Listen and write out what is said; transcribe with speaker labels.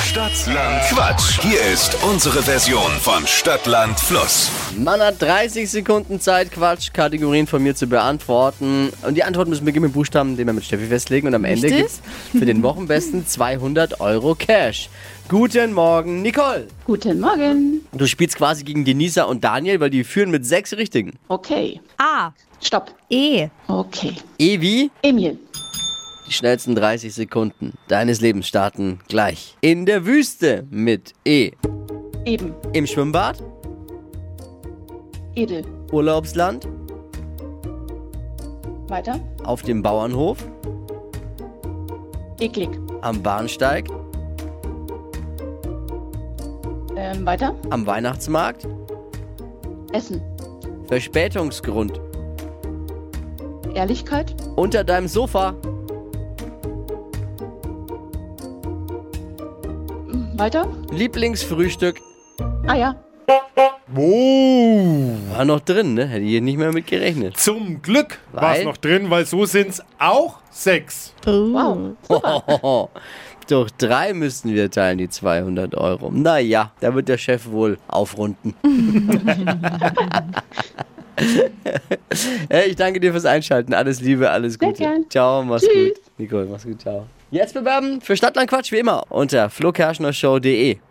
Speaker 1: Stadtland Quatsch. Hier ist unsere Version von Stadtland Fluss.
Speaker 2: Man hat 30 Sekunden Zeit, Quatsch, Kategorien von mir zu beantworten. Und die Antworten müssen beginnen mit Buchstaben, den wir mit Steffi festlegen. Und am Ende
Speaker 3: Richtig?
Speaker 2: gibt's für den Wochenbesten 200 Euro Cash. Guten Morgen, Nicole.
Speaker 4: Guten Morgen.
Speaker 2: Du spielst quasi gegen Denisa und Daniel, weil die führen mit sechs Richtigen.
Speaker 4: Okay.
Speaker 3: A.
Speaker 4: Stopp.
Speaker 3: E.
Speaker 4: Okay.
Speaker 2: Evi,
Speaker 4: Emil.
Speaker 2: die schnellsten 30 Sekunden deines Lebens starten gleich. In der Wüste mit E.
Speaker 4: Eben.
Speaker 2: Im Schwimmbad,
Speaker 4: Edel.
Speaker 2: Urlaubsland,
Speaker 4: Weiter.
Speaker 2: auf dem Bauernhof,
Speaker 4: Eklig.
Speaker 2: am Bahnsteig,
Speaker 4: Ähm, weiter.
Speaker 2: am Weihnachtsmarkt.
Speaker 4: Essen.
Speaker 2: Verspätungsgrund.
Speaker 4: Ehrlichkeit.
Speaker 2: Unter deinem Sofa.
Speaker 4: Weiter.
Speaker 2: Lieblingsfrühstück.
Speaker 4: Ah ja.
Speaker 2: War noch drin, ne? Hätte ich nicht mehr mit gerechnet.
Speaker 5: Zum Glück war
Speaker 2: Weil?
Speaker 5: es noch drin, weil so sind es auch sechs.
Speaker 3: Uh.
Speaker 4: Wow.
Speaker 2: Hohoho. Durch drei müssten wir teilen, die 200 Euro. Naja, da wird der Chef wohl aufrunden. hey, ich danke dir fürs Einschalten. Alles Liebe, alles Gute.
Speaker 4: gern.
Speaker 2: Ciao, mach's
Speaker 4: Tschüss.
Speaker 2: gut. Nicole, mach's gut, ciao. Jetzt bewerben für Stadtlandquatsch wie immer unter flokerschnershow.de.